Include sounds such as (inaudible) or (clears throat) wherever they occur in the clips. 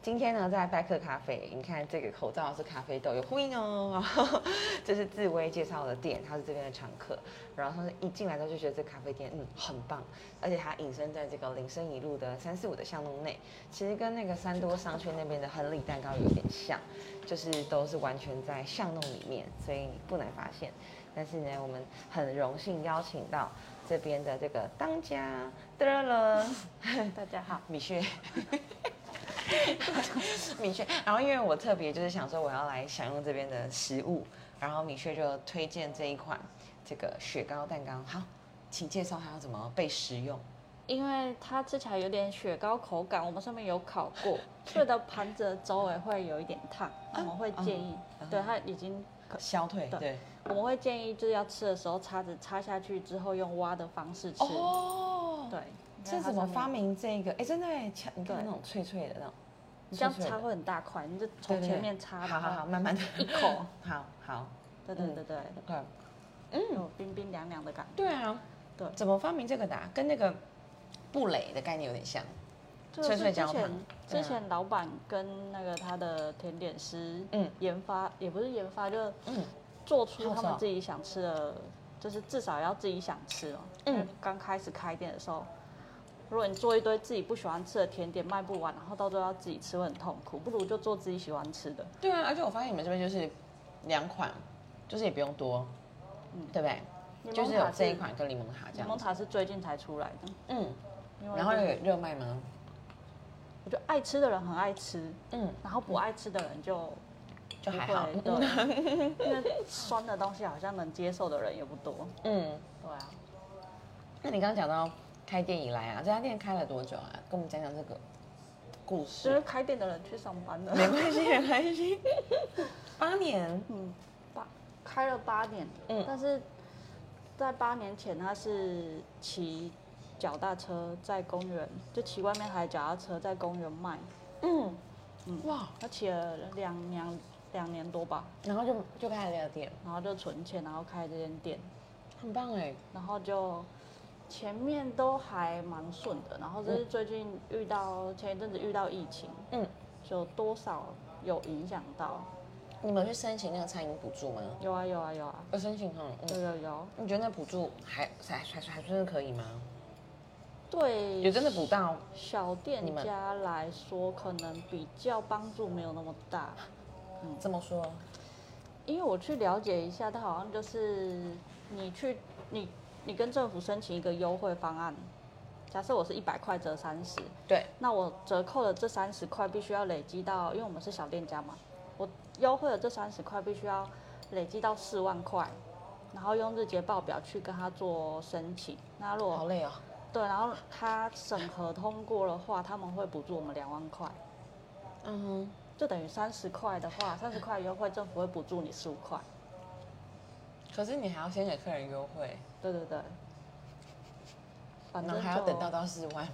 今天呢，在拜客咖啡，你看这个口罩是咖啡豆，有呼应哦。 (laughs) 然后这是志威介绍的店，他是这边的常客。然后他一进来之后就觉得这咖啡店嗯很棒，而且它隐身在这个林森一路的三四五的巷弄内，其实跟那个三多商圈那边的亨利蛋糕有点像，就是都是完全在巷弄里面，所以不难发现。但是呢，我们很荣幸邀请到这边的这个当家的了大家好，米雪。米雪，然后因为我特别就是想说我要来享用这边的食物，然后米雪就推荐这一款这个雪糕蛋糕。好，请介绍它要怎么被食用。因为它吃起来有点雪糕口感，我们上面有烤 (laughs) 过，所以的盘子的周围会有一点烫，啊我们会建议，嗯对它已经，消退对对我们会建议就是要吃的时候叉子插下去之后用挖的方式吃，哦，对，这怎么发明？明这个？哎，真的哎，像你看对那种脆脆的那种，你这样脆脆插的会很大块，你就对从对前面插，好好好，，嗯慢慢的，一口，好好，对对对对，对，嗯有冰冰凉凉的感觉，对啊，对怎么发明这个的啊？跟那个布蕾的概念有点像。这个脆脆是焦之糖前对啊之前老板跟那个他的甜点师，嗯嗯，研发也不是研发，就嗯做出好他吃哦们自己想吃的，就是至少要自己想吃哦。嗯嗯，刚开始开店的时候，如果你做一堆自己不喜欢吃的甜点卖不完，然后到最后要自己吃会很痛苦，不如就做自己喜欢吃的。对啊，而且我发现你们这边就是两款，就是也不用多，嗯对不对？柠就是檬有塔这一是款跟柠檬塔这柠样檬子。塔是最近才出来的，嗯，因为然后就是有热卖吗？我觉得爱吃的人很爱吃，嗯，然后不爱吃的人就就还好。不会 (laughs) 对，因为酸的东西好像能接受的人也不多。嗯，对啊，那你刚刚讲到开店以来啊，这家店开了多久啊？跟我们讲讲这个故就事是。开店的人去上班了。没关系，没关 (laughs) 系。八年，嗯，八开了八年，嗯但是在八年前他是骑脚踏车在公园，就骑外面还脚踏车在公园卖，嗯嗯哇，他骑了两两两年多吧，然后就就开了这家店，然后就存钱，然后开这间店，很棒哎。然后就前面都还蛮顺的，然后就是最近遇到、前一阵子遇到疫情，嗯，就多少有影响到，你们有去申请那个餐饮补助吗？有啊有啊有啊，有申请哈。有嗯，有有，你觉得那补助还还还还真的可以吗？对，有真的补到小店家来说，可能比较帮助没有那么大，这么说，因为我去了解一下，它好像就是你去你你跟政府申请一个优惠方案，假设我是一百块折三十，对，那我折扣的这三十块必须要累积到，因为我们是小店家嘛，我优惠的这三十块必须要累积到四万块，然后用日结报表去跟他做申请，那如果好累哦。对，然后他审核通过的话，他们会补助我们两万块，嗯哼，就等于三十块的话，三十块优惠政府会补助你十五块。可是你还要先给客人优惠，对对对，反然后正就还要等到到四万，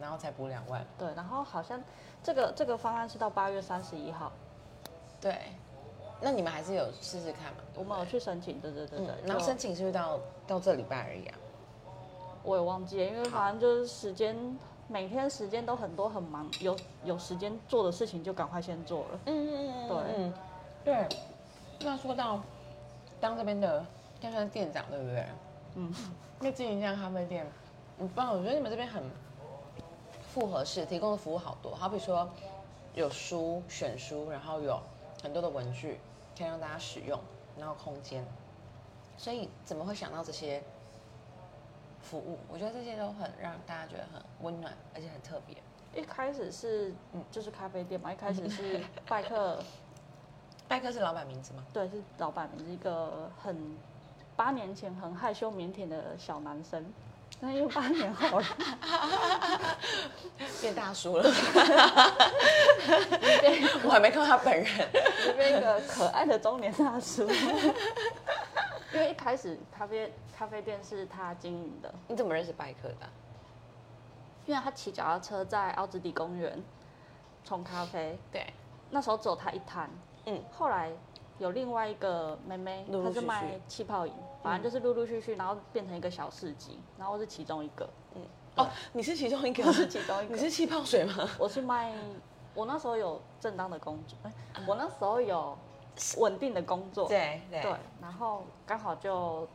然后才补两万。对，然后好像这个这个方案是到八月三十一号，对，那你们还是有试试看嘛？我们有去申请，对对对对，嗯，然后就申请是不是到到这礼拜而已啊？我也忘记了，因为反正就是时间每天时间都很多很忙，有有时间做的事情就赶快先做了。嗯嗯嗯，对，对。那说到当这边的，现在是店长对不对？嗯，那经营这家咖啡店，你不知道，我觉得你们这边很复合式，提供的服务好多，好比说有书选书，然后有很多的文具可以让大家使用，然后空间，所以怎么会想到这些服务？我觉得这些都很让大家觉得很温暖，而且很特别。一开始是嗯就是咖啡店嘛，一开始是拜客。拜克是老板名字吗？对，是老板是一个很八年前很害羞腼腆的小男生，但因为八年后变大叔 (laughs) 了，我还没看过他本人。就变一个可爱的中年大叔。 (laughs) 因为一开始咖啡咖啡店是他经营的，你怎么认识拜克的啊、因为他骑脚踏车在奥兹迪公园冲咖啡，对，那时候只有他一摊。嗯，后来有另外一个妹妹，陆陆她是续续卖气泡饮，反正就是陆陆续续，然后变成一个小市集，然后我是其 (laughs) 中一个，哦，你是其中一个我，是其中一个你。是气泡水吗？我是卖，我那时候有正当的工作，哎、我那时候有稳定的工作，对对对，然后刚好就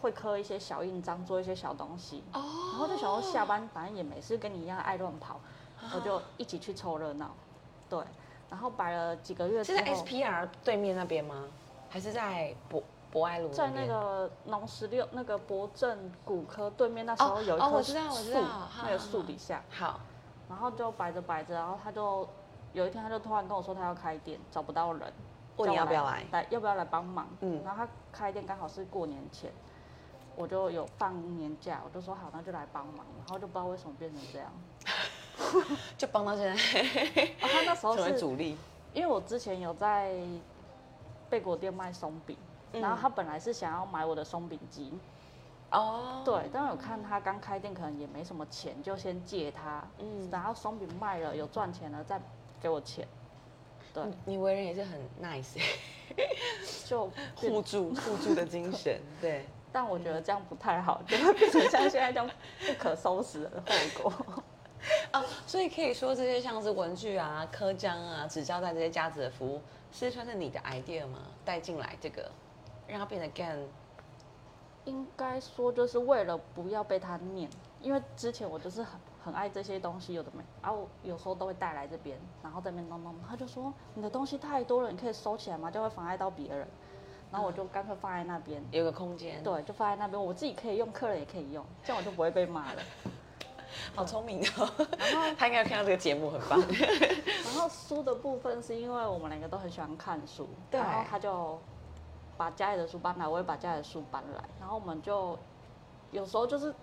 会刻一些小印章，做一些小东西，哦，啊然后就想说下班反正也没事，跟你一样爱乱跑，我就一起去凑热闹，对，然后摆了几个月之是在后， SPR 对面那边吗？还是在博博爱路在边那个农十六那个博正骨科对面那时哦候有一哦我棵知树道我知道哈，那个哈树哈底下，好然后就摆着摆着，然后他就有一天他就突然跟我说他要开店，找不到人，问你叫我要不要来？来要不要来帮忙？嗯然后他开店刚好是过年前，我就有放年假，我就说好，那就来帮忙，然后就不知道为什么变成这 (laughs) 样。就帮到现在哦、他那时候成为是主力，因为我之前有在贝果店卖松饼，嗯然后他本来是想要买我的松饼机，哦，对，但我看他刚开店可能也没什么钱，就先借他，嗯然后松饼卖了有赚钱了再给我钱，对，你你为人也是很 nice，就变互助互助的精神， (laughs) 对。但我觉得这样不太好，就会变成像现在这样不可收拾的后果。哦，所以可以说这些像是文具啊、科章啊、纸胶带这些家子的服务，是算是你的 idea 吗？带进来这个，让它变得更 (laughs) 应该说就是为了不要被他念，因为之前我就是很很爱这些东西，有的没，啊，我有时候都会带来这边，然后这边弄弄，他就说你的东西太多了，你可以收起来吗？就会妨碍到别人，然后我就干脆放在那边，有个空间。，对，就放在那边，我自己可以用，客人也可以用，这样我就不会被骂了。好聪明哦！然后他应该有看到这个节目，很棒。 (laughs) 然后书的部分是因为我们两个都很喜欢看书，对然后他就把家里的书搬来，我也把家里的书搬来，然后我们就有时候就是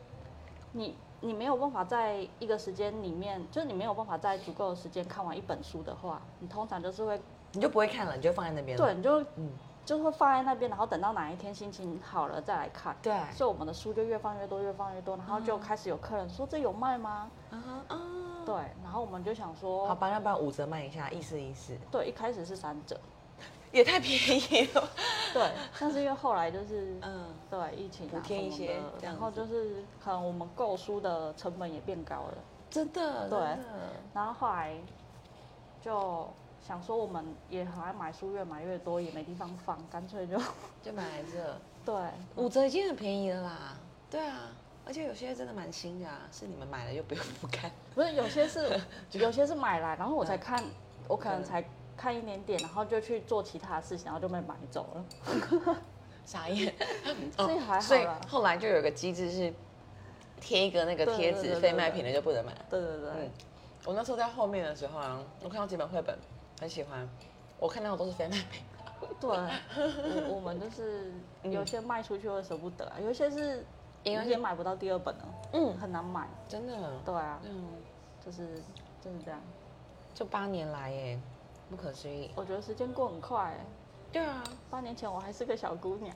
你你没有办法在一个时间里面，就是你没有办法在足够的时间看完一本书的话，你通常就是会你就不会看了，你就放在那边了。对，你就嗯就是会放在那边，然后等到哪一天心情好了再来看。对，嗯所以我们的书就越放越多，越放越多，然后就开始有客人说这有卖吗？啊啊，对，然后我们就想好说，吧，那不然五折卖一下，意思意思，对，一开始是三折，也太便宜 (laughs) 了。对，但是因为后来就是嗯，对疫情啊补贴一些什么的这样然子后就是可能我们购书的成本也变高了，真的，对真的然后后来就想说我们也很爱买书，越买越多，也没地方放，干脆就 (laughs) 就买来这，对五折已经很便宜了啦。对啊，而且有些真的蛮新的啊，是你们买了又不用 (laughs) 不看。不是有些 (laughs) 是有些是买来，然后我才嗯看，我可能嗯才看一点点，然后就去做其他的事情，然后就被买走了，傻眼，哦所以还好啦哦所以后来就有个机制是贴一个那个对贴对纸，对非对卖对品的就不能买。对对对，嗯我那时候在后面的时候啊，我看到几本绘本，很喜欢，我看到的都是非卖品。 (laughs) 对，我我们就是有些卖出去会舍不得啊，有一些是嗯因为也买不到第二本了，嗯，很难买，真的，对啊，嗯，就是就是这样。就八年来耶，不可思议。我觉得时间过很快、欸，对啊，八年前我还是个小姑 (laughs) 娘。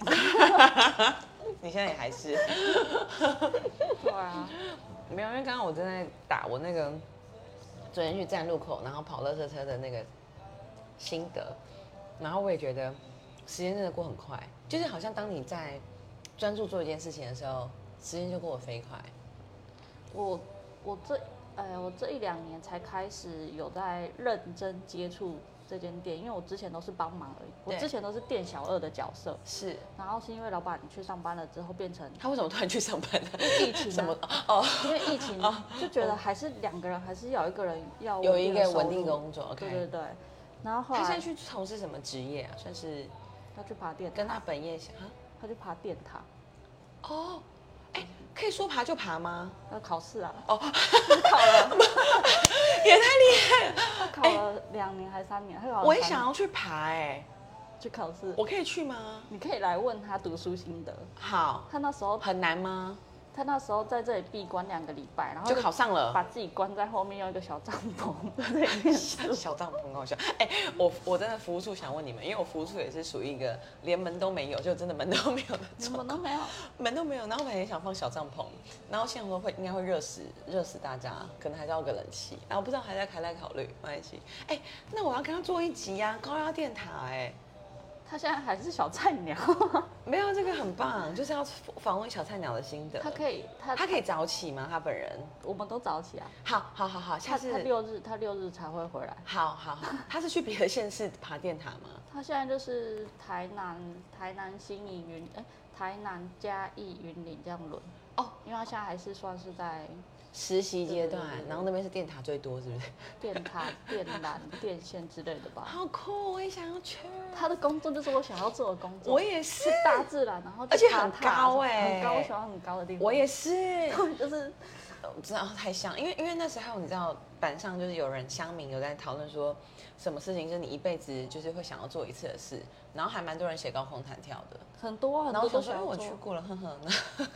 你现在也还是对啊，没有，因为刚刚我正在打我那个昨天去站路口，然后跑乐色车的那个心得，然后我也觉得时间真的过很快，就是好像当你在专注做一件事情的时候，时间就过得飞快。我我这呃我这一两年才开始有在认真接触这间店，因为我之前都是帮忙而已，我对之前都是店小二的角色。是，然后是因为老板去上班了之后变成他为什么突然去上 (laughs) 班呢？疫情、啊，什么？哦，因为疫情就觉得还是两个人还是要有一个人要有一个的收稳定入工作对对，OK。对。然后后他现在来去从事什么职业啊？算是他去爬电，跟他本业相啊？他去爬电塔，哦，哎，可以说爬就爬吗？要考试啊。哦，考了， (laughs) 也太厉他考了两年还三年，他考害！了我也三想年要去爬哎，去考试。我可以去吗？你可以来问他读书心得。好，他那时候，很难吗？他那时候在这里闭关两个礼拜，然后就考上了。把自己关在后面，用一个小帐篷在那 (laughs) 边小 (laughs) 小帐篷很好笑。哎、我我真的服务处想问你们，因为我服务处也是属于一个连门都没有，就真的门都没有那什种，么都没有。门都没有。然后我本来也想放小帐篷，然后想说会应该会热死热死大家，可能还是要有个冷气。然后不知道还在还在考虑，没关系。哎、那我要跟他做一集呀、高压电塔哎、他他现在还是小菜鸟， (laughs) 没有这个很棒，就是要访问小菜鸟的心得。他可以，他他可以早起吗？他本人？我们都早起啊。好，好，好，好，他下次他六日他六日才会回来。好好好，他是去别的县市爬电塔吗？他现在就是台南台南新营云哎、台南嘉义云林这样轮哦，因为他现在还是算是在实习阶段对对对，对然后那边是电塔最多，是不是？电塔、电缆、电线之类的吧。好酷，我也想要去。他的工作就是我想要做的工作，我也是是， (laughs) 大自然，然后而且去爬很塔高欸很高，我喜欢很高的地方。我也是。 (laughs) 就是我不知道太像，因为因为那时候你知道板上就是有人乡民有在讨论说，什么事情是你一辈子就是会想要做一次的事，然后还蛮多人写高空弹跳的，很多很然后多我都想说，因想为哎要我做去过了，呵呵，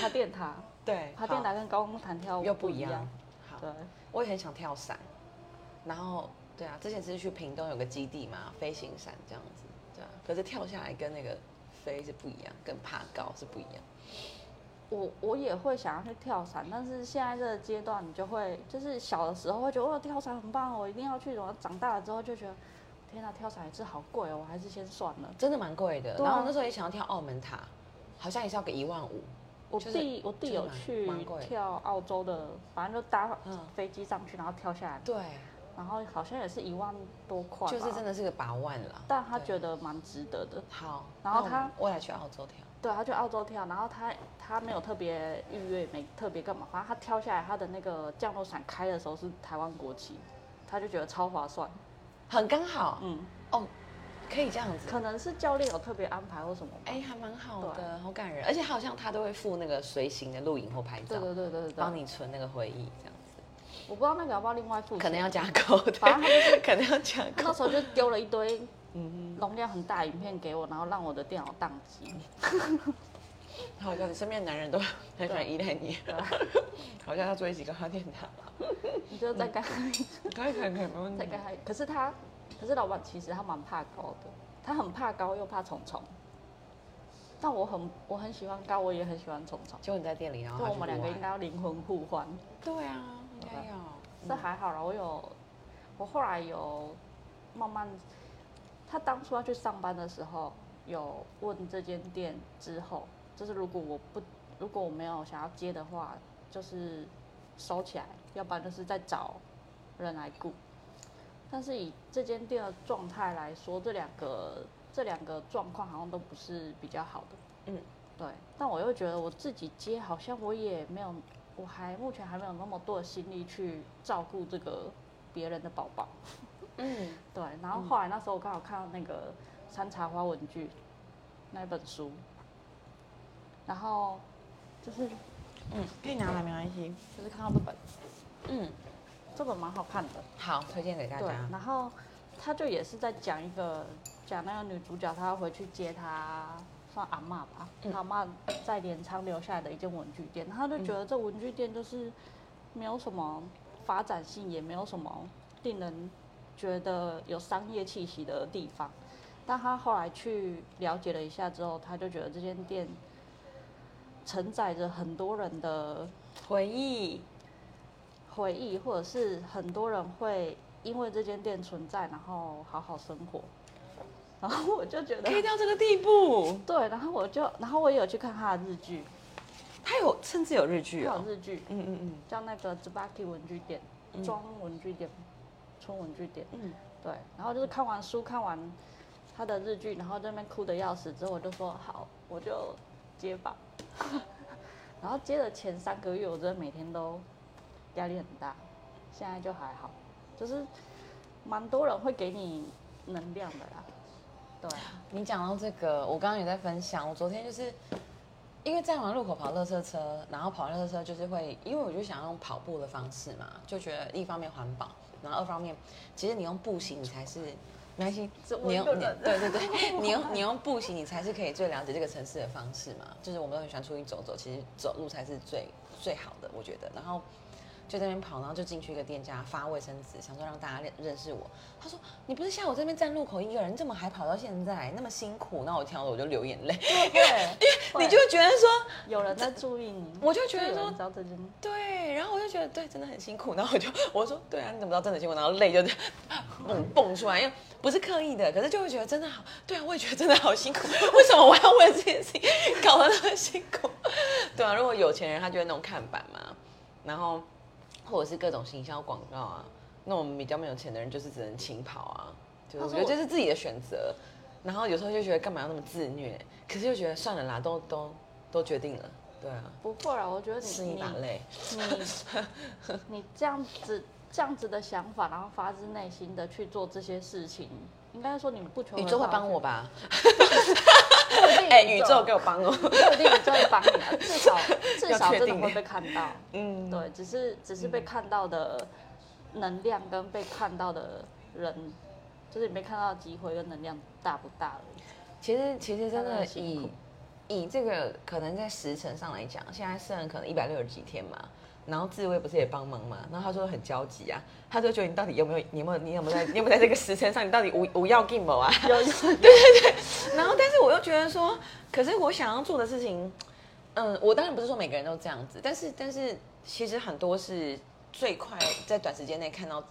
爬电塔，对，爬电好塔跟高空弹跳又不不一一样样。，好，对，我也很想跳伞，然后对啊，之前只是去屏东有个基地嘛，飞行伞这样子，对啊，可是跳下来跟那个飞是不一样，跟爬高是不一样，我我也会想要去跳伞，但是现在这个阶段，你就会就是小的时候会觉得哇跳伞很棒，哦我一定要去。然后长大了之后就觉得，天哪，跳伞一次好贵哦，我还是先算了。真的蛮贵的。对啊然后我那时候也想要跳澳门塔，好像也是要个一万五，我就弟、是我就弟是有蛮去蛮贵的跳澳洲的，反正就搭嗯飞机上去，然后跳下来，对，然后好像也是一万多块吧，就是真的是个把万了。但他对觉得蛮值得的。好，然后那我他们未来去澳洲跳，对，他去澳洲跳，然后他他没有特别预约，也没特别干嘛，反正他跳下来，他的那个降落伞开的时候是台湾国旗，他就觉得超划算。很刚好，哦嗯，可以这样子。可能是教练有特别安排或什么吧。哎，还蛮好的，好感人，而且好像他都会附那个随行的录影或拍对照，对对对对对，帮你存那个回忆，这样子，我不知道那个要不要另外付钱，可能要加购，反对，正他就是可能要加他购 (laughs) 那。时候就丢了一堆嗯，容量很大的影片给我，然后让我的电脑宕机。好像你身边的男人都很喜欢依赖 (laughs) 你，对啊，好像要追几个花店塔， (laughs) 你就在跟他可以可以 (laughs) 可以，没问 (laughs) 在题。跟他，可是他可是老板其实他蛮怕高的，他很怕高又怕虫虫。但我很我很喜欢高，我也很喜欢虫虫。结果你在店里，然后就他我去们两个国应外该要灵魂互换，对啊，应该要。这嗯还好啦。我有，我后来有慢慢，他当初要去上班的时候，有问这间店之后，就是如果我不，如果我没有想要接的话，就是收起来，要不然就是再找人来雇。但是以这间店的状态来说，这两个这两个状况好像都不是比较好的。嗯，对。但我又觉得我自己接，好像我也没有，我还目前还没有那么多的心力去照顾这个别人的宝宝。嗯，对。然后后来那时候我刚好看到那个《山茶花文具》那一本书，然后就是嗯，可以拿来没关系。就是看到这本，嗯，这本蛮好看的。好，推荐给大对家，。然后他就也是在讲一个讲那个女主角，她要回去接她算阿嬷吧，嗯她阿嬷在镰仓留下来的一间文具店，她就觉嗯得这文具店就是没有什么发展性，也没有什么令人觉得有商业气息的地方。但她后来去了解了一下之后，她就觉得这间店承载着很多人的回 (laughs) 忆，回忆，或者是很多人会因为这间店存在，然后好好生活。 (laughs) 然后我就觉得可，以到这个地步。 (laughs) 对，然后我就，然后我也有去看他的日剧，他有甚至有日他剧哦有。日剧嗯嗯叫那个 Zubaki 文具店、嗯庄文具店、村文具店，嗯对。然后就是看完书，看完他的日剧，然后在那边哭的要死，之后我就说好，我就接吧。 (laughs) 然后接的前三个月，我真的每天都压力很大，现在就还好，就是蛮多人会给你能量的啦。对啊， (laughs) 嗯。你讲到这个，我刚刚也在分享，我昨天就是因为在往路口跑垃圾车，然后跑垃圾车就是会，因为我就想用跑步的方式嘛，就觉得一方面环保，然后二方面，其实你用步行你才是。没关系这，我你一用个你人对对对，你用你用步行，你才是可以最了解这个城市的方式嘛。就是我们都很喜欢出去走走，其实走路才是最最好的，我觉得。然后就在那边跑，然后就进去一个店家发卫生纸，想说让大家认认识我。他说：“你不是下午这边站路口一个人，你怎么还跑到现在那么辛苦？”那我听到我就流眼泪，对， (laughs) 你就会觉得说，有人在注意你，我就觉得有人说知道这件事对，然后我就觉得对，真的很辛苦。然后我就我说对啊，你怎么知道真的很辛苦？然后泪就 (laughs) 蹦蹦出来，因为不是刻意的，可是就会觉得真的好，对啊，我也觉得真的好辛苦。为什么我要为了这件事情搞得那么辛苦？ (laughs) 对啊，如果有钱人他就会那种看板嘛，然后或者是各种行销广告啊。那我们比较没有钱的人就是只能勤跑啊，就是我觉得这是自己的选择。然后有时候就觉得干嘛要那么自虐，可是又觉得算了啦，都都都决定了，对啊，不会啦，我觉得你是一你把泪。你你 (laughs) 这样子这样子的想法，然后发自内心的去做这些事情，应该说你们不求宇回宙会报帮是我吧？不一 (laughs) 定哎、宇宙给我 (laughs) 帮我。不一定宇宙会帮你的，至少至 (laughs) 要少确真的定会被看到。 (laughs) 嗯，对，只是只是被看到的能量跟被看到的人，就是你被看到的机会跟能量大不大而已。其实其实真大家的很辛以苦以这个可能在时辰上来讲，现在剩可能一百六十几天嘛。然后志威不是也帮忙嘛？然后他说很焦急啊，他就觉得你到底有没有，你有没有，你有没有在，你有没有在这个时辰上，你到底无无要进谋啊？有有然后，但是我又觉得说，可是我想要做的事情，嗯，我当然不是说每个人都这样子，但是但是其实很多是最快在短时间内看到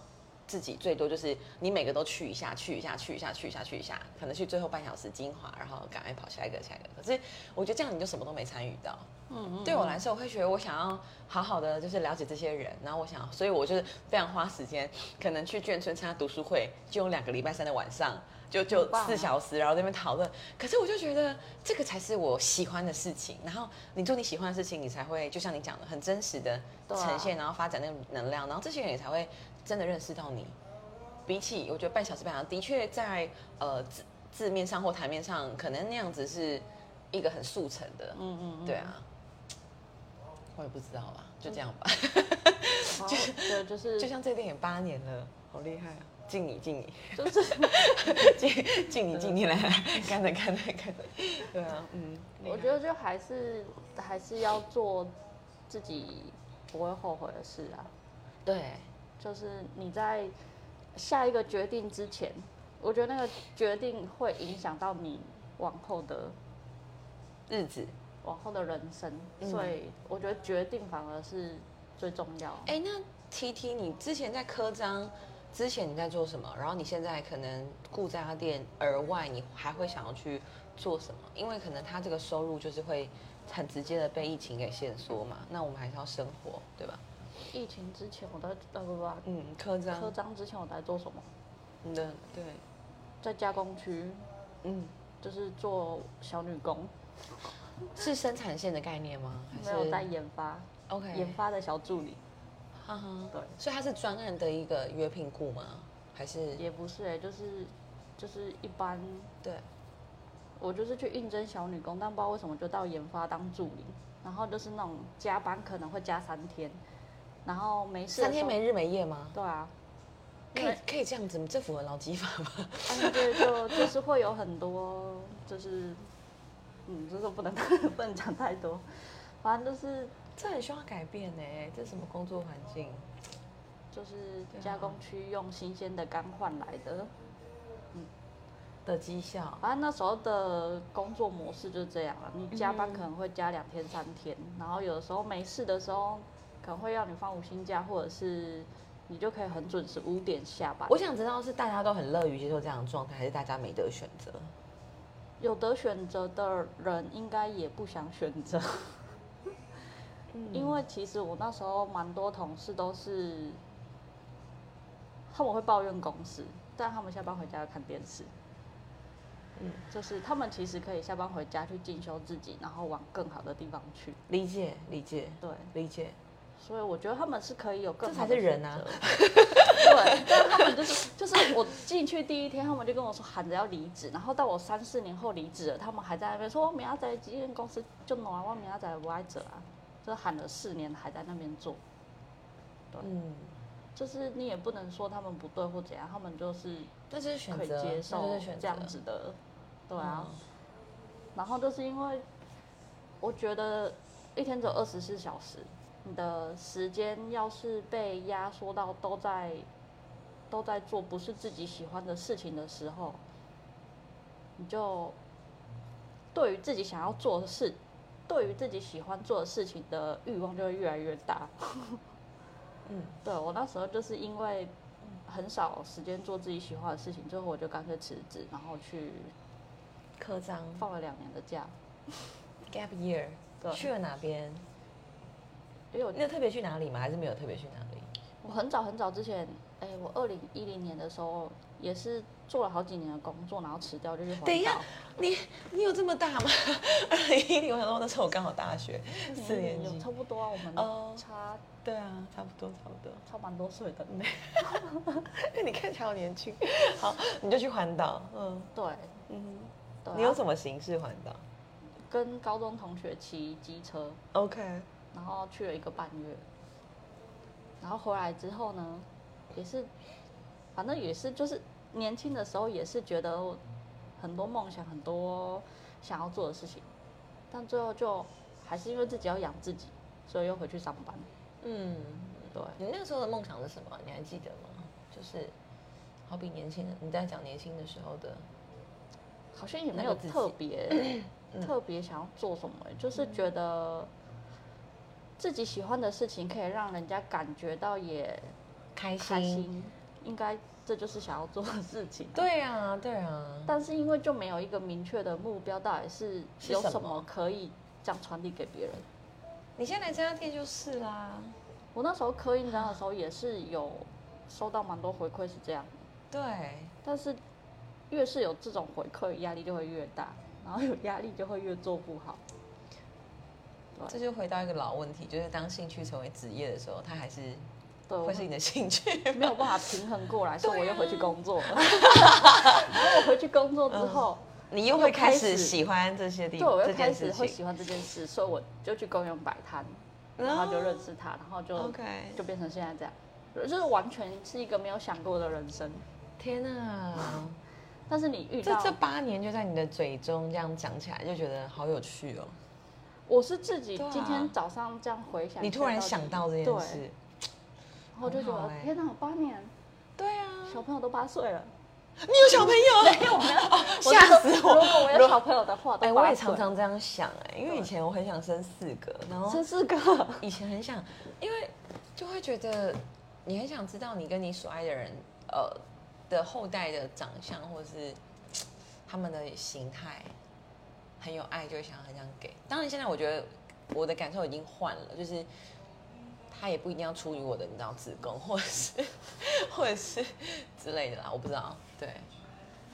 自己最多，就是你每个都去一下，去一下，去一下，去一下，去一下，可能去最后半小时精华，然后赶快跑下一个，下一个。可是我觉得这样你就什么都没参与到。嗯嗯，对我来说，我会觉得我想要好好的就是了解这些人，然后我想，所以我就是非常花时间，可能去眷村参加读书会，就用两个礼拜三的晚上，就就很棒啊四小时，然后在那边讨论。可是我就觉得这个才是我喜欢的事情，然后你做你喜欢的事情，你才会就像你讲的，很真实的对啊呈现，然后发展那个能量，然后这些人也才会真的认识到你。比起我觉得半小时半小时，的确在呃字字面上或台面上，可能那样子是一个很速成的，嗯嗯嗯，对啊，我也不知道啦，就这样吧。然后我觉得哦就是嗯就像这店也八年了，好厉害啊！敬你，敬你， (laughs) 就是，敬敬你，敬你来，来干的，干的，干的。对啊，嗯，我觉得就还是还是要做自己不会后悔的事啊。对，就是你在下一个决定之前，我觉得那个决定会影响到你往后的日子。往后的人生，嗯所以我觉得决定反而是最重要。哎，那 T T，你之前在科章之前你在做什么？然后你现在可能顾家店额外，你还会想要去做什么？因为可能他这个收入就是会很直接的被疫情给限缩嘛。那我们还是要生活，对吧？疫情之前我在呃不不嗯，科不，章，科章之前我在做什么？你的对，在加工区嗯。就是做小女工，是生产线的概念吗？还没是有在研发 OK，研发的小助理，哈哈，对，所以它是专案的一个约聘雇吗？还是也不是哎、就是就是一般对我就是去应征小女工，但不知道为什么就到研发当助理，然后就是那种加班可能会加三天，然后没事的三天时候没日没夜吗？对啊，可因以为可以这样子吗？这符合劳基法吗？但是就就是会有很多就是嗯，这个不能 (laughs) 不能讲太多，反正就是这很需要改变呢、这什么工作环境？就是对啊加工区用新鲜的干换来的，的绩效，反正啊那时候的工作模式就是这样啊，你加班可能会加两天三天，然后有的时候没事的时候，可能会要你放五星假，或者是你就可以很准时五点下班。我想知道是大家都很乐于接受这样的状态，还是大家没得选择？有得选择的人应该也不想选择， (laughs) 因为其实我那时候蛮多同事都是，他们会抱怨公司，但他们下班回家要看电视。嗯，就是他们其实可以下班回家去进修自己，然后往更好的地方去。理解理解对，理解，所以我觉得他们是可以有更这好才的是人选啊择！ (laughs) 对，但他们就是就是我进去第一天，他们就跟我说喊着要离职，然后到我三四年后离职了，他们还在那边说我明仔载今天公司就挪啊，我明仔载不爱做啊，就喊了四年还在那边做，嗯，就是你也不能说他们不对或怎样，他们就是那就是选可以择，接受那就是选择这样，子的，对啊。嗯然后就是因为我觉得一天只有二十四小时，你的时间要是被压缩到都在都在做不是自己喜欢的事情的时候，你就对于自己想要做的事，对于自己喜欢做的事情的欲望就会越来越大。嗯，对我那时候就是因为很少时间做自己喜欢的事情，最后我就干脆辞职，然后去科长放了两年的假， gap year 对去了哪边？因为我你有特别去哪里吗？还是没有特别去哪里？我很早很早之前，哎，我二零一零年的时候也是做了好几年的工作，然后辞掉就去环岛。等一下你你有这么大吗？ (laughs) 二零一零，我想说那时候我刚好大学四年有级。差不多啊，我们哦差对啊，差不多差不多。差蛮多岁的。啊因 (laughs) 为你看起来好年轻。好，你就去环岛。嗯对，嗯对哼，啊你用什么形式环岛跟高中同学骑机车， ？OK，然后去了一个半月，然后回来之后呢，也是，反正也是就是年轻的时候也是觉得很多梦想，很多想要做的事情，但最后就还是因为自己要养自己，所以又回去上班。嗯，对，你那个时候的梦想是什么？你还记得吗？就是好比年轻人，你在讲年轻的时候的，好像也那没个有自己嗯特别、特别想要做什么，就是觉得自己喜欢的事情可以让人家感觉到也开开心，应该这就是想要做的事情。对啊，对啊，但是因为就没有一个明确的目标，到底是是有什什么么可以这样传递给别人。你现在来这家店就是啦。我那时候刻印章的时候也是有收到蛮多回馈是这样，对，但是越是有这种回馈，压力就会越大，然后有压力就会越做不好。对这就回到一个老问题，就是当兴趣成为职业的时候，它还是对，我会是你的兴趣。没有办法平衡 (laughs) 过来，所以我对啊又回去工作了。然后我回去工作之后， (laughs) 你又会开始喜欢这些地对，我方，又嗯这开件始事会情。喜欢这件事，所以我就去公园摆摊，然后就认识他，然后就哦 OK 就变成现在这样，就是完全是一个没有想过的人生。天 (laughs) 哪，但是你遇这到，这八年就在你的嘴中这样讲起来，就觉得好有趣哦。我是自己对啊今天早上这样回想，你突然想到这件对，事，然后就觉很好得欸天哪，八年对啊，小朋友都八 (laughs) 岁了，你有小朋 (laughs) 友？没有没有，吓死是说我如果我如有小朋友的话，哎，都我八也岁常，常这样想哎，因为以前我很想生四个，然后这是 (laughs) 个以前很想，因为就会觉得你很想知道你跟你所爱的人，呃的后代的长相，或是嘖他们的形态，很有爱，就会想很想给。当然，现在我觉得我的感受已经换了，就是他也不一定要出于我的，你知道，子宫或者是或者是之类的啦，我不知道，对。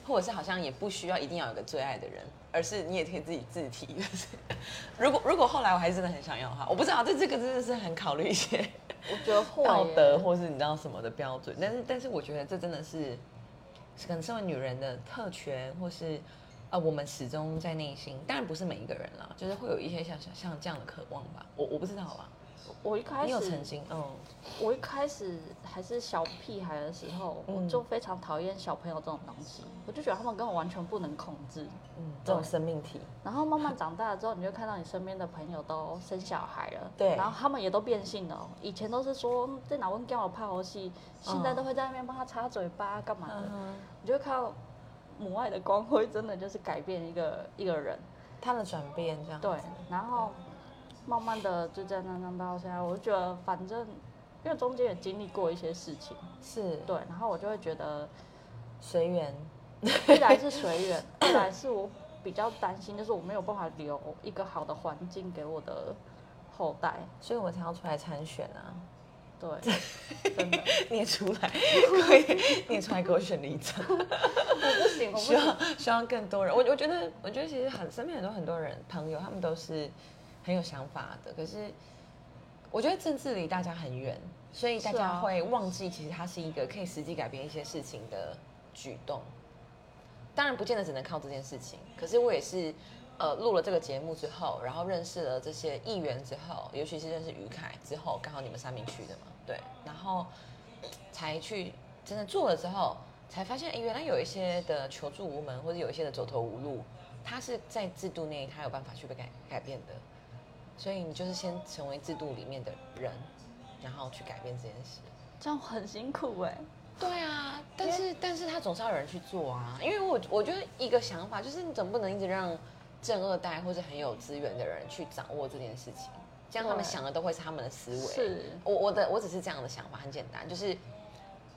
或者是好像也不需要一定要有个最爱的人，而是你也可以自己自提。就是如果如果后来我还真的很想要的话，我不知道这这个真的是很考虑一些我觉得会耶道德或是你知道什么的标准，但是但是我觉得这真的是可能身为女人的特权，或是呃我们始终在内心，当然不是每一个人啦，就是会有一些像像像这样的渴望吧，我我不知道啦，我一开你有始曾经嗯我一开始还是小屁孩的时候，嗯我就非常讨厌小朋友这种东西，我就觉得他们跟我完全不能控制。嗯这种生命体，然后慢慢长大了之后，你就看到你身边的朋友都生小孩了，对然后他们也都变性了哦。以前都是说嗯在哪问干我怕游戏，现在都会在那边帮他擦嘴巴干嘛的，嗯，你就会看到母爱的光辉真的就是改变一个一个人。它的转变这样子对，然后慢慢的就这样这样这样到现在，我就觉得反正因为中间也经历过一些事情，是对，然后我就会觉得，随缘，一来是随缘，二来是我比较担心，就是我没有办法留一个好的环境给我的后代。所以我才要出来参选 (laughs) 啊。对，真的，你也出来，可以，你也出来给我选里长。不行，我不希行。 (laughs) 望希望更多人。我我觉得我觉得其实很身边很多很多人朋友，他们都是很有想法的。可是我觉得政治离大家很远，所以大是家啊会忘记，其实它是一个可以实际改变一些事情的举动。当然，不见得只能靠这件事情。可是我也是，呃，录了这个节目之后，然后认识了这些议员之后，尤其是认识于凯之后，刚好你们三明区的嘛，对，然后才去真的做了之后，才发现，哎，原来有一些的求助无门，或者有一些的走投无路，他是在制度内他有办法去被改改变的。所以你就是先成为制度里面的人，然后去改变这件事。这样很辛苦欸哎、对啊，但是但是他总是要有人去做啊，因为我我觉得一个想法就是你总不能一直让正二代或者很有资源的人去掌握这件事情，这样他们对想的都会是他们的思维。是我我的我只是这样的想法，很简单，就是，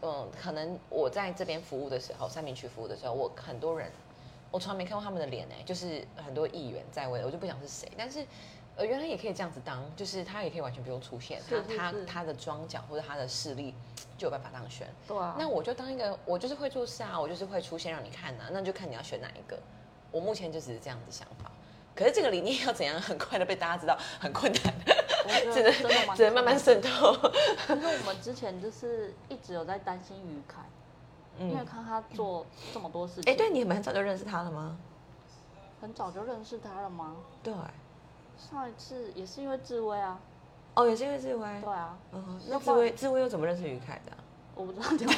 嗯，可能我在这边服务的时候，三明区服务的时候，我很多人，我从来没看过他们的脸呢、欸就是很多议员在位，我就不讲是谁，但是，呃，原来也可以这样子当，就是他也可以完全不用出现，是他是他是他的装脚或者他的势力就有办法当选。对啊，那我就当一个，我就是会做事啊，我就是会出现让你看啊呐、那就看你要选哪一个。我目前就只是这样子想法，可是这个理念要怎样很快的被大家知道，很困难，我觉得只真的能蛮只能慢慢渗透。 (laughs) (laughs) 因为我们之前就是一直有在担心于凯，嗯因为看他做这么多事情，哎、对，你们很早就认识他了吗？很早就认识他了吗？对，上一次也是因为志威啊，哦，也是因为志威。对啊，嗯，要那不志威志威又怎么认识于凯的啊、 (laughs) 我不知道你们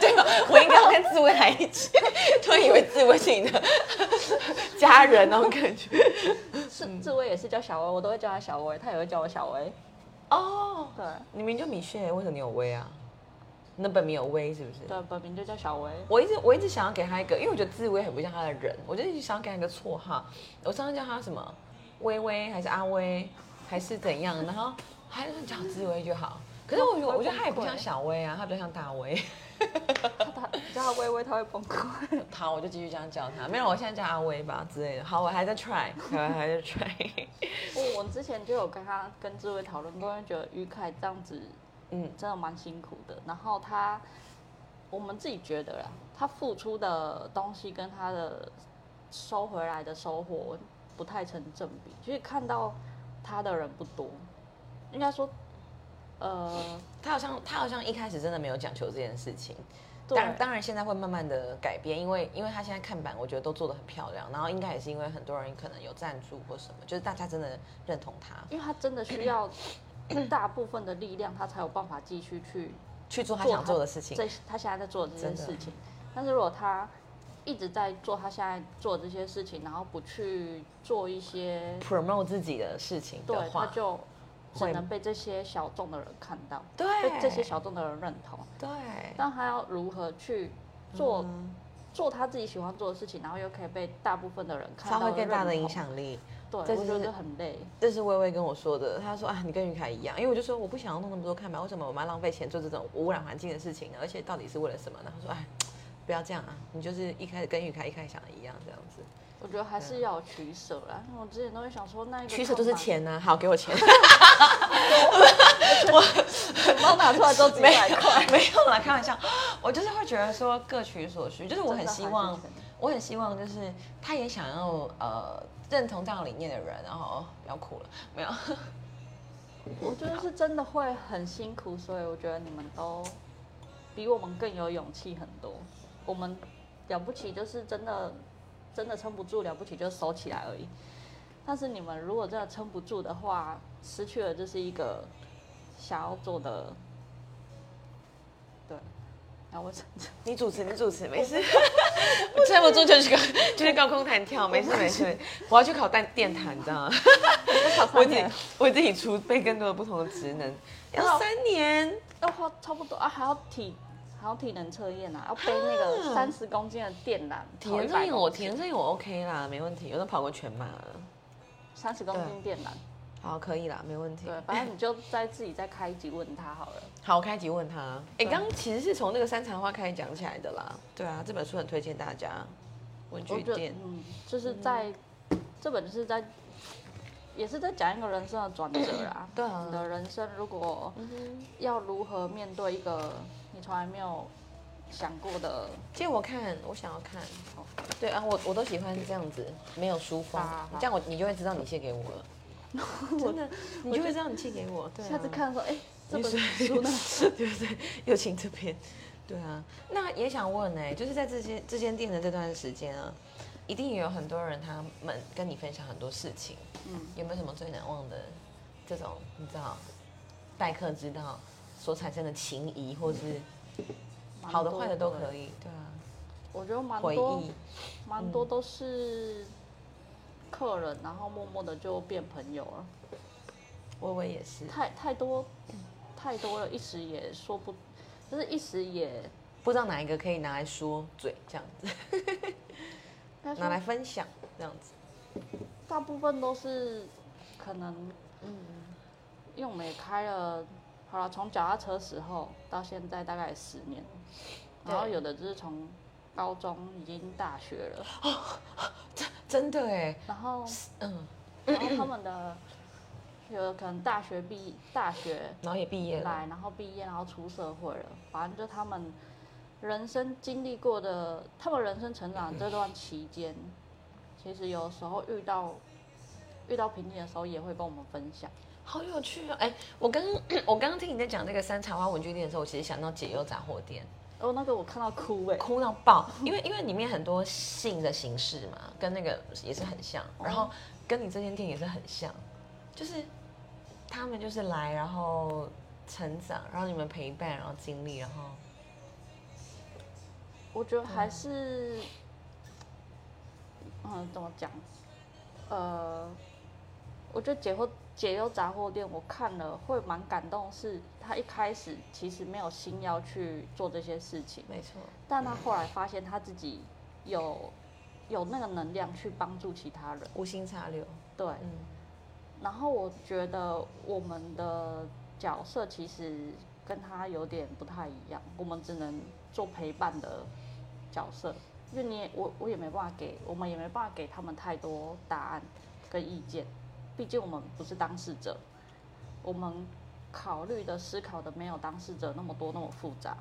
对，我应该要跟志威来一起，突然以为志威是你 (laughs) 的家人那种感觉。嗯是志威也是叫小薇，我都会叫他小薇，他也会叫我小薇。哦，对你名就米雪，为什么你有威啊？你的本名有威是不是？对，本名就叫小薇。我一直我一直想要给他一个，因为我觉得志威很不像他的人，我就一直想要给他一个绰号。我上次叫他什么微微还是阿威还是怎样，然后还是叫志威就好。可是我觉得我觉得他也不像小威啊，他比较像大威。他他叫他薇薇，他会崩 (laughs) 溃。好，我就继续这样叫他。没有，我现在叫阿威吧之类的。好，我还在 (laughs) try，还还在 try。 (laughs) 哦我我之前就有跟他跟志威讨论过，因为觉得于凯这样子嗯，真的蛮辛苦的。然后他，我们自己觉得啦，他付出的东西跟他的收回来的收获不太成正比。其实看到他的人不多，应该说，呃，他好像他好像一开始真的没有讲求这件事情。对当当然现在会慢慢的改变，因为因为他现在看板，我觉得都做的很漂亮，然后应该也是因为很多人可能有赞助或什么，就是大家真的认同他因为他真的需要大部分的力量，他才有办法继续去去做他想做的事情。这他现在在做的这件真的事情。但是如果他一直在做他现在做的这些事情，然后不去做一些 promote 自己的事情的对，他话，就只会能被这些小众的人看到，对被这些小众的人认同。对但他要如何去做、嗯做他自己喜欢做的事情，然后又可以被大部分的人看发到，挥更大的认同影。响力。对，这我就觉是得很累。这是微微跟我说的，她说啊，你跟于凯一样，因为我就说我不想要弄那么多看板，为什么我们要浪费钱做这种污染环境的事情呢？而且到底是为了什么呢？她说哎，不要这样啊，你就是一开始跟于凯一开始想的一样这样子，我觉得还是要有取舍啦。因为我之前都会想说，那一个啊取舍就是看板，钱呐、好，给我 (laughs) 钱，钱包拿出 (laughs) 来都几百块，没有啦，开玩笑，我就是会觉得说各取所需，就是我很真的希还是望钱。我很希望就是他也想要呃认同这样理念的人，然后哦不要哭了，没有，我觉得是真的会很辛苦，所以我觉得你们都比我们更有勇气很多。我们了不起就是真的真的撑不住，了不起就收起来而已。但是你们如果真的撑不住的话，失去了就是一个想要做的，对。然后我真的你主持你主持没事， (laughs) 我撑不住就去高就去高空弹跳，没事没事，我要去考电电弹，你知道吗？我自己我自己储备更多的不同的职能，要三年，要花差不多啊，还要体还要体能测验啊，要背那个三十公斤的电缆，跑田一百正我公斤，田正我 OK 啦，没问题，我都跑过全马了，三十公对斤电缆。好可以啦，没问题。对，反正你就再自己再开一集问他好了。好，我开集问他。哎，对刚刚其实是从那个山茶花开始讲起来的啦。对啊，这本书很推荐大家。文具就店，。嗯，就是在、这本就是在也是在讲一个人生的转折 (clears throat) 啦对啊你的人生如果嗯哼要如何面对一个你从来没有想过的，借我看，我想要看。好对啊，我我都喜欢这样子，没有书封好啊好好，这样我你就会知道你借给我 (laughs) 了。真的，你就会知道你借给我。对啊下次看说，哎、这本你是 (laughs) 书呢？友情这边，对啊。那也想问呢、欸就是在这间这间店的这段时间啊，一定也有很多人他们跟你分享很多事情，嗯，有没有什么最难忘的这种你知道待客之道所产生的情谊，或是嗯 (laughs) 蛮好的坏的都多可以，对啊，我觉得蛮回多忆。蛮多都是客人，然后默默的就变朋友了。微微也是，太太多，太多了，一时也说不，就是一时也不知道哪一个可以拿来说嘴这样子，应该拿来说分享这样子。大部分都是可能嗯，因为我们也开了，好了，从脚踏车时候到现在大概也十年，然后对有的就是从高中已经大学了，真的哎，然后嗯，然后他们的有的可能大学毕大学然后也毕业了，来，然后毕业，然后出社会了，反正就他们人生经历过的，他们人生成长这段期间，其实有时候遇到遇到瓶颈的时候，也会跟我们分享。好有趣哦！哎，我刚 (coughs) 我刚刚听你在讲这个山茶花文具店的时候，我其实想到解忧杂货店，哦，那个我看到哭哎、哭到爆，因为因为里面很多性的形式嘛，跟那个也是很像，然后跟你这间店也是很像，就是他们就是来，然后成长，然后你们陪伴，然后经历，然后我觉得还是，嗯，怎么讲？呃，我觉得解惑解忧杂货店，我看了会蛮感动，是他一开始其实没有心要去做这些事情，没错，但他后来发现他自己有有那个能量去帮助其他人，无心插柳，对。嗯，然后我觉得我们的角色其实跟他有点不太一样，我们只能做陪伴的角色，因为你也我我也没办法给，我们也没办法给他们太多答案跟意见，毕竟我们不是当事者，我们考虑的思考的没有当事者那么多那么复杂。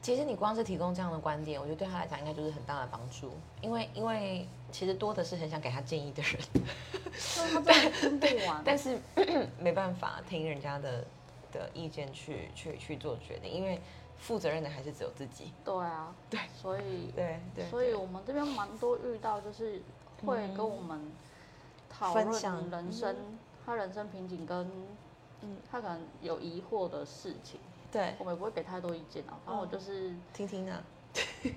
其实你光是提供这样的观点，我觉得对他来讲应该就是很大的帮助，因为因为其实多的是很想给他建议的人，所以他真的听不完。啊但是嗯没办法听人家的的意见去去去做决定，因为负责任的还是只有自己。对啊，对，所以对对所以我们这边蛮多遇到，就是会跟我们讨分享嗯论人生，他人生瓶颈跟，他可能有疑惑的事情，对，哦我们也不会给太多意见啊。反正我就是、听听啊，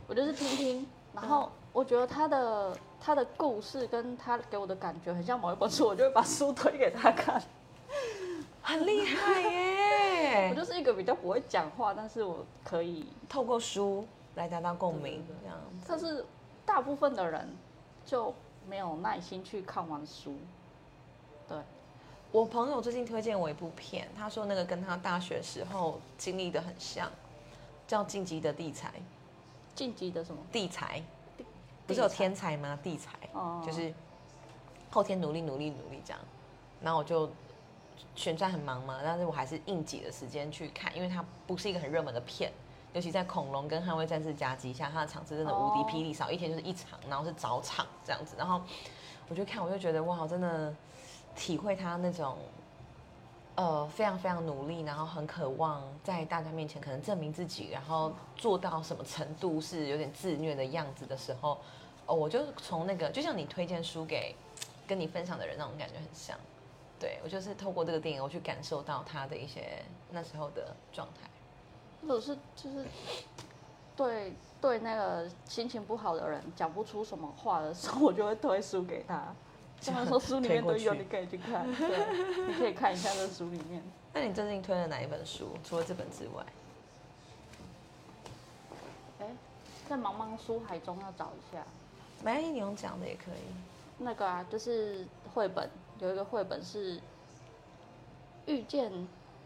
我就是听 (laughs) 听，然后我觉得他的他的故事跟他给我的感觉很像某一本书，我就会把书推给他看。很厉害我耶！就是一个比较不会讲话，但是我可以， (laughs) 透过书来达到共鸣，这样但是大部分的人就没有耐心去看完书，对。我朋友最近推荐我一部片，他说那个跟他大学时候经历的很像，叫《晋级的地才》。晋级的什么？地才，不是有地才天才吗？地才，哦就是后天努力努力努力这样。然后我就选战很忙嘛，但是我还是硬挤了时间去看，因为它不是一个很热门的片，尤其在恐龙跟捍卫战士夹击下，它的场次真的无敌哦霹雳少，一天就是一场，然后是早场这样子。然后我就看，我就觉得哇，真的体会他那种。呃，非常非常努力，然后很渴望在大家面前可能证明自己，然后做到什么程度是有点自虐的样子的时候，哦，我就从那个，就像你推荐书给跟你分享的人那种感觉很像。对我就是透过这个电影，我去感受到他的一些那时候的状态。或者是就是对对那个心情不好的人讲不出什么话的时候，我 (laughs) 就会推书给他。这虽样然说书里面都有，推过去你可以去看，对，你可以看一下这书里面。那你最近推了哪一本书？除了这本之外，哎，在茫茫书海中要找一下没关系，你用讲的也可以。那个啊，就是绘本有一个绘本是遇见，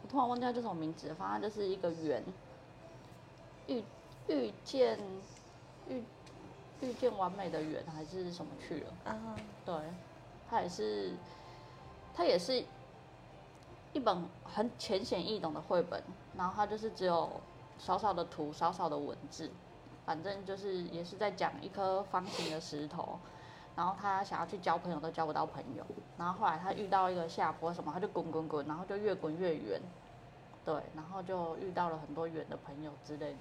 我突然忘记它叫什么名字了，反正它就是一个圆遇遇见遇遇见完美的圆还是什么去了。啊，对，它也是，它也是一本很浅显易懂的绘本，然后它就是只有少少的图，少少的文字，反正就是也是在讲一颗方形的石头，然后他想要去交朋友都交不到朋友，然后后来他遇到一个下坡什么，他就滚滚滚，然后就越滚越远。对，然后就遇到了很多远的朋友之类的，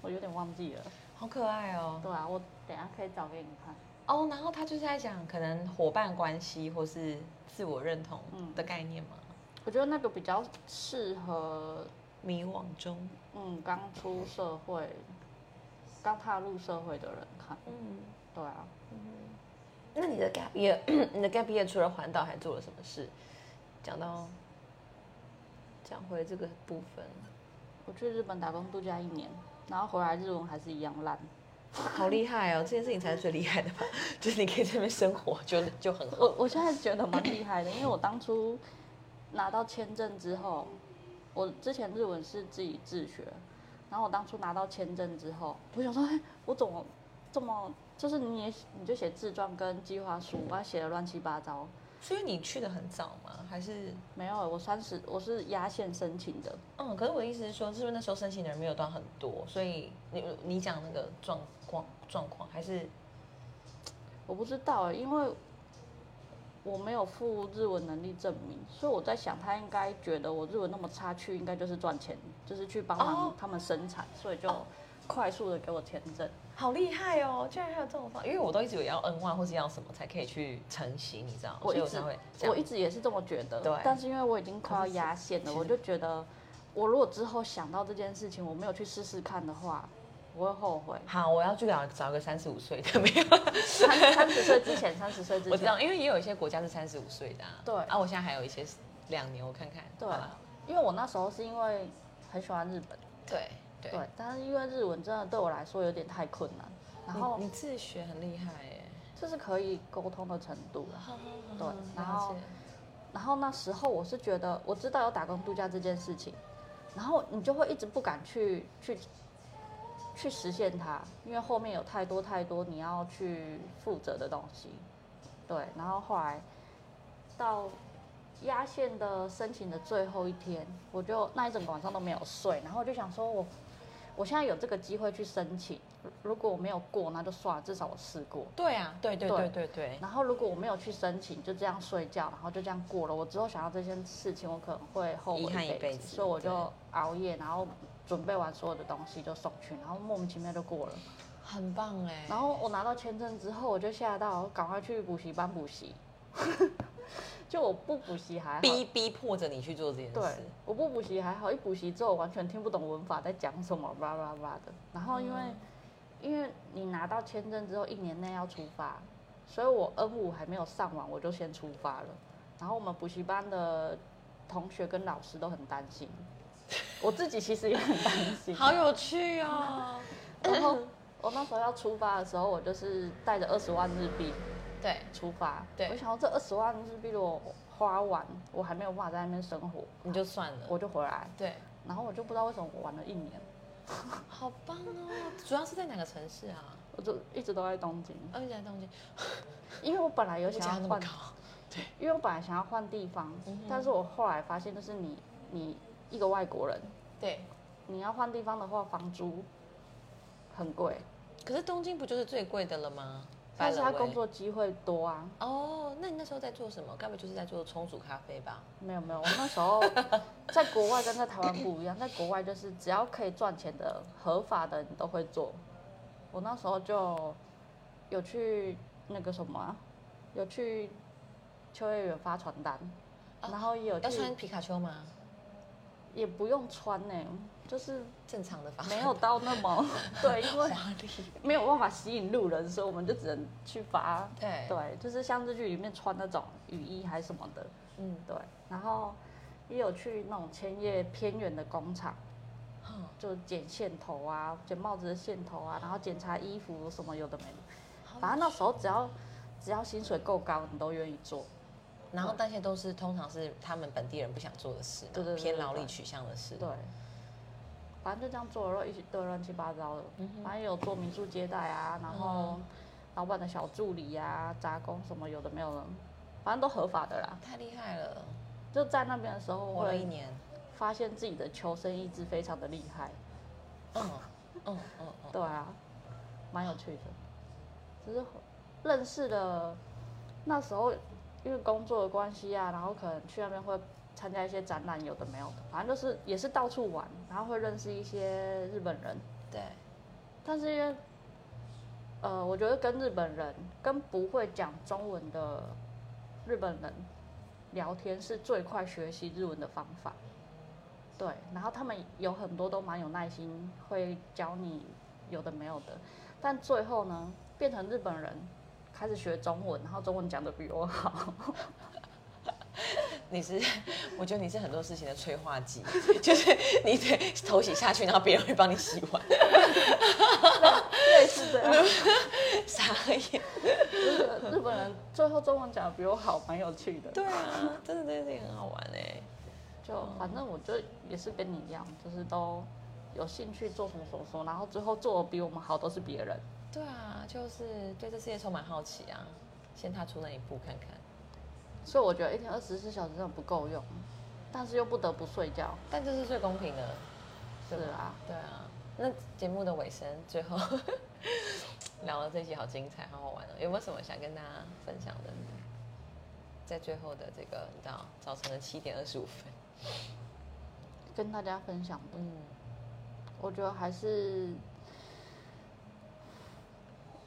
我有点忘记了。好可爱哦。对啊，我等一下可以找给你看。哦，然后他就是在讲可能伙伴关系或是自我认同的概念嘛。我觉得那个比较适合迷惘中，嗯，刚出社会，刚踏入社会的人看，嗯，对啊，那你的 gap year，你的 (clears throat) gap year 除了环岛还做了什么事？讲到讲回这个部分，我去日本打工度假一年，然后回来日文还是一样烂。好厉害哦！这件事情才是最厉害的吧？ (laughs) 就是你可以在那边生活，就就很好。我我现在觉得蛮厉害的，因为我当初拿到签证之后，我之前日文是自己自学，然后我当初拿到签证之后，我想说，哎，我怎么这么就是你也你就写自传跟计划书，我还写的乱七八糟。所以你去的很早吗？还是没有，我三十我是压线申请的，嗯？可是我的意思是说，是不是那时候申请的人没有到很多？所以你你讲那个状况状况，还是我不知道欸，因为我没有附日文能力证明，所以我在想他应该觉得我日文那么差，去应该就是赚钱，就是去帮忙哦他们生产，所以就快速的给我签证。好厉害哦！居然还有这种方，因为我都一直以为要 N one 或是要什么才可以去成型，你知道吗？我所以一我直才会这样我一直也是这么觉得，对但是因为我已经快要可是压线了，其。我就觉得我如果之后想到这件事情，我没有去试试看的话，我会后悔好，我要去找找个三十五岁的，没 (laughs) 有。三三十岁之前，三十岁之我知前，道， (laughs) 因为也有一些国家是三十五岁的、啊。对啊，我现在还有一些是两年，我看看。对好吧因为我那时候是因为很喜欢日本。对对。对，但是因为日文真的对我来说有点太困难，然后你你自学很厉害耶。这是可以沟通的程度啦。对了然后解然后那时候我是觉得我知道有打工度假这件事情，然后你就会一直不敢去去去实现它，因为后面有太多太多你要去负责的东西。对，然后后来到压线的申请的最后一天，我就那一整个晚上都没有睡，然后我就想说我。我现在有这个机会去申请，如如果我没有过，那就算了，至少我试过。对啊，对对对对对对。然后如果我没有去申请，就这样睡觉，然后就这样过了，我之后想到这件事情，我可能会后悔遗憾一辈子所以我对就熬夜，然后准备完所有的东西就送去，然后莫名其妙就过了。很棒哎。然后我拿到签证之后，我就吓到，赶快去补习班补习。 (laughs) 就我不补习还好，逼逼迫着你去做这件对事。，我不补习还好，一补习之后完全听不懂文法在讲什么，叭叭叭的。然后因为、嗯因为你拿到签证之后一年内要出发，所以我 N 五还没有上完，我就先出发了。然后我们补习班的同学跟老师都很担 (laughs) 心，我自己其实也很担心。好有趣 (laughs) 哦。然后我那时候要出发的时候，我就是带着二十万日币对。出发。对我想到这二十万日币如果花完，我还没有办法在那边生活，你就算了。我就回来。对。然后我就不知道为什么我玩了一年，好棒哦！主要是在哪个城市啊？我就一直都在东京，哦，你在东京。因为我本来有物价想那要么换高，。因为我本来想要换地方，嗯哼但是我后来发现，就是你你一个外国人，对。你要换地方的话，房租很贵，可是东京不就是最贵的了吗？但是他 By the way 工作机会多啊。哦，那你那时候在做什么？该不会就是在做冲煮咖啡吧？没有没有，我那 (laughs) 时候在国外跟在台湾不一样，在国外就是只要可以赚钱的合法的你都会做。我那时候就有去那个什么啊、有去秋叶原发传单，然后也有啊要去，穿皮卡丘吗？也不用穿呢、就是正常的吧？没有到那 (laughs) 么 (laughs) 对，因为华丽。没有办法吸引路人，所以我们就只能去发。对，对，就是像日剧里面穿那种雨衣还是什么的，嗯，对，然后也有去那种千叶偏远的工厂，哦就剪线头啊，剪帽子的线头啊，然后检查衣服什么有的没的，好反正那时候只要只要薪水够高，你都愿意做。然后那些都是通常是他们本地人不想做的事嘛，对对对对偏劳力取向的事。对，反正就这样做了一些都乱七八糟的，反正有做民宿接待啊，然后老板的小助理啊，杂工什么有的没有的，反正都合法的啦。太厉害了，就在那边的时候活了一会年。发现自己的求生意志非常的厉害。嗯嗯嗯嗯，对啊，蛮有趣的，只是认识的那时候，因为工作的关系啊，然后可能去那边会参加一些展览，有的没有的，反正就是也是到处玩，然后会认识一些日本人，嗯对，但是因为呃，我觉得跟日本人跟不会讲中文的日本人聊天是最快学习日文的方法。对，然后他们有很多都蛮有耐心，会教你有的没有的。但最后呢，变成日本人开始学中文，然后中文讲的比我好。你是， (laughs) 我觉得你是很多事情的催化 (laughs) 剂，就是你得头洗下去，然后别人会帮你洗完，类似这样，傻眼。就是日本人最后中文讲的比我好，蛮有趣的。 (laughs) 对啊，真的这件事情很好玩哎、就反正我就也是跟你一样，就是都有兴趣做什么什么什么，然后最后做的比我们好都是别人。对啊，就是对这世界充满好奇啊，先踏出那一步看看。所以我觉得一天二十四小时真的不够用，但是又不得不睡觉。但这是最公平的，是吧啊，对啊。那节目的尾声，最后 (laughs) 聊了这一集好精彩，好好玩哦！有没有什么想跟大家分享的？在最后的这个，你知道，早晨的七点二十五分，跟大家分享，嗯，我觉得还是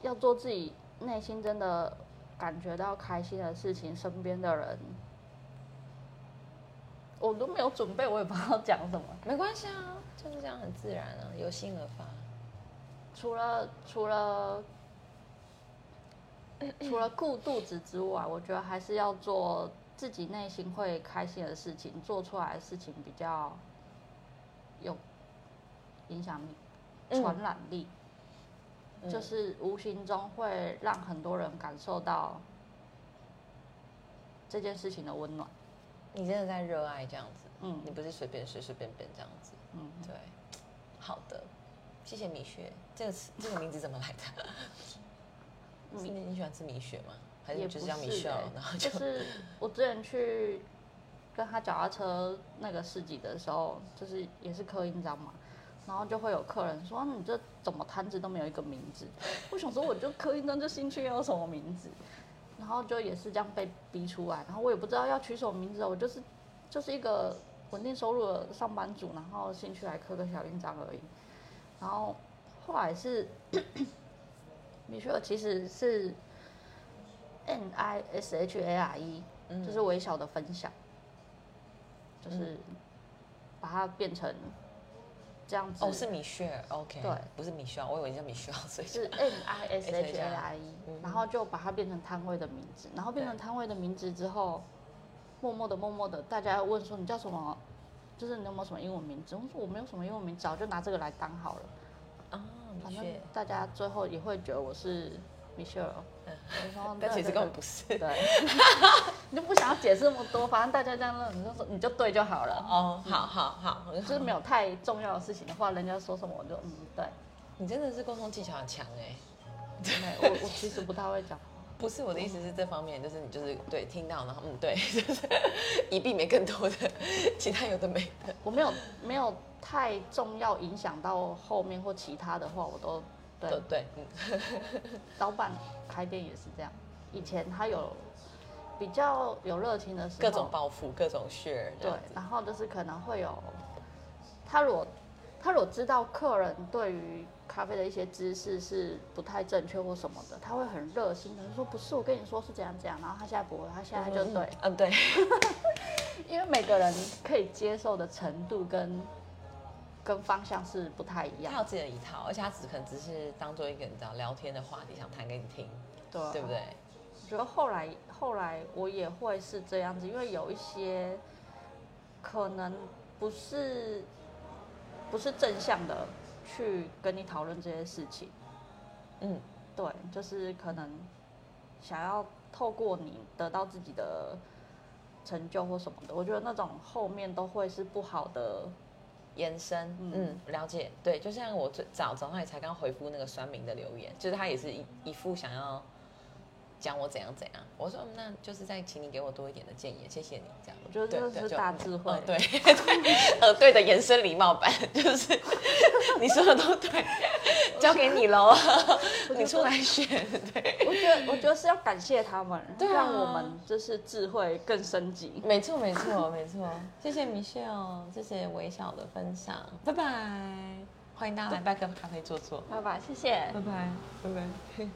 要做自己内心真的感觉到开心的事情，身边的人。我都没有准备，我也不知道讲什么。没关系啊，就是这样，很自然啊，由心而发。除了除了嗯除了顾肚子之外，我觉得还是要做自己内心会开心的事情，做出来的事情比较有影响力、嗯传染力，嗯就是无形中会让很多人感受到这件事情的温暖。你真的在热爱这样子，嗯你不是随便随随便便这样子，嗯，对，好的，谢谢米雪，这个词这个名字怎么来的？是你你喜欢吃米雪吗？还是也你不就是是叫米雪，哦欸然后就就是我之前去跟他脚踏车那个市集的时候，就是也是刻印章嘛，然后就会有客人说、啊你这怎么摊子都没有一个名字？ (laughs) 我想说我就刻印章就兴趣有什么名字？然后就也是这样被逼出来，然后我也不知道要取什么名字，我就是就是一个稳定收入的上班族，然后兴趣来刻个小印章而已。然后后来是 (coughs) 米雪尔其实是 N I S H A R E，、嗯就是微小的分享，就是把它变成这样子。哦是米雪，OK，对，不是米雪，啊我以为你叫米雪，所以是 N I S H A R E，嗯然后就把它变成摊位的名字，然后变成对摊位的名字之后，默默的默默的，大家问说你叫什么，就是你有没有什么英文名字？我说我没有什么英文名字啊，我就拿这个来当好了。啊 (laughs) 米反正雪，大家最后也会觉得我是 Michelle，然后嗯但其实根本不不是 (laughs) 对，你就不想要解释那么多，反正大家这样认，你就说你就对就好了。哦，好好好，很就好是没有太重要的事情的话，人家说什么我就嗯对，你真的是沟通技巧很强哎。对我我其实不太会讲话。不是我的意思是这方面，就是你就是对听到，然后嗯对， (laughs) 就是以避免更多的其他有的没的。我没有没有太重要影响到后面或其他的话，我都对对。对，嗯老板开店也是这样，以前他有比较有热情的时候，各种报复，各种 share，这对样子，然后就是可能会有他如果他如果知道客人对于咖啡的一些知识是不太正确或什么的，他会很热心的说不是我跟你说是怎样怎样，然后他现在不会，他现在就对，嗯，嗯对，因为每个人可以接受的程度跟跟方向是不太一样他。有自己的一套，而且他只可能只是当做一个你知道聊天的话题，想谈给你听，对啊对不对？我觉得后来后来我也会是这样子，因为有一些可能不是不是正向的去跟你讨论这些事情，嗯，对，就是可能想要透过你得到自己的成就或什么的，我觉得那种后面都会是不好的，延伸，嗯嗯，了解，对，就像我最早早上也才刚回复那个酸民的留言，就是他也是一一副想要讲我怎样怎样，我说、嗯那就是再请你给我多一点的建议，谢谢你这样，我觉得对这是对就大智慧嗯对，呃，对的，延伸礼貌版就是你说的都对，交给你喽，你出来选，对，我觉得我觉得是要感谢他们， (laughs) 对啊让我们就是智慧更升级。没错没错没错，谢谢米秀，谢谢微笑的分享，拜拜，欢迎大家来拜个咖啡坐坐，拜拜，谢谢。拜拜拜拜。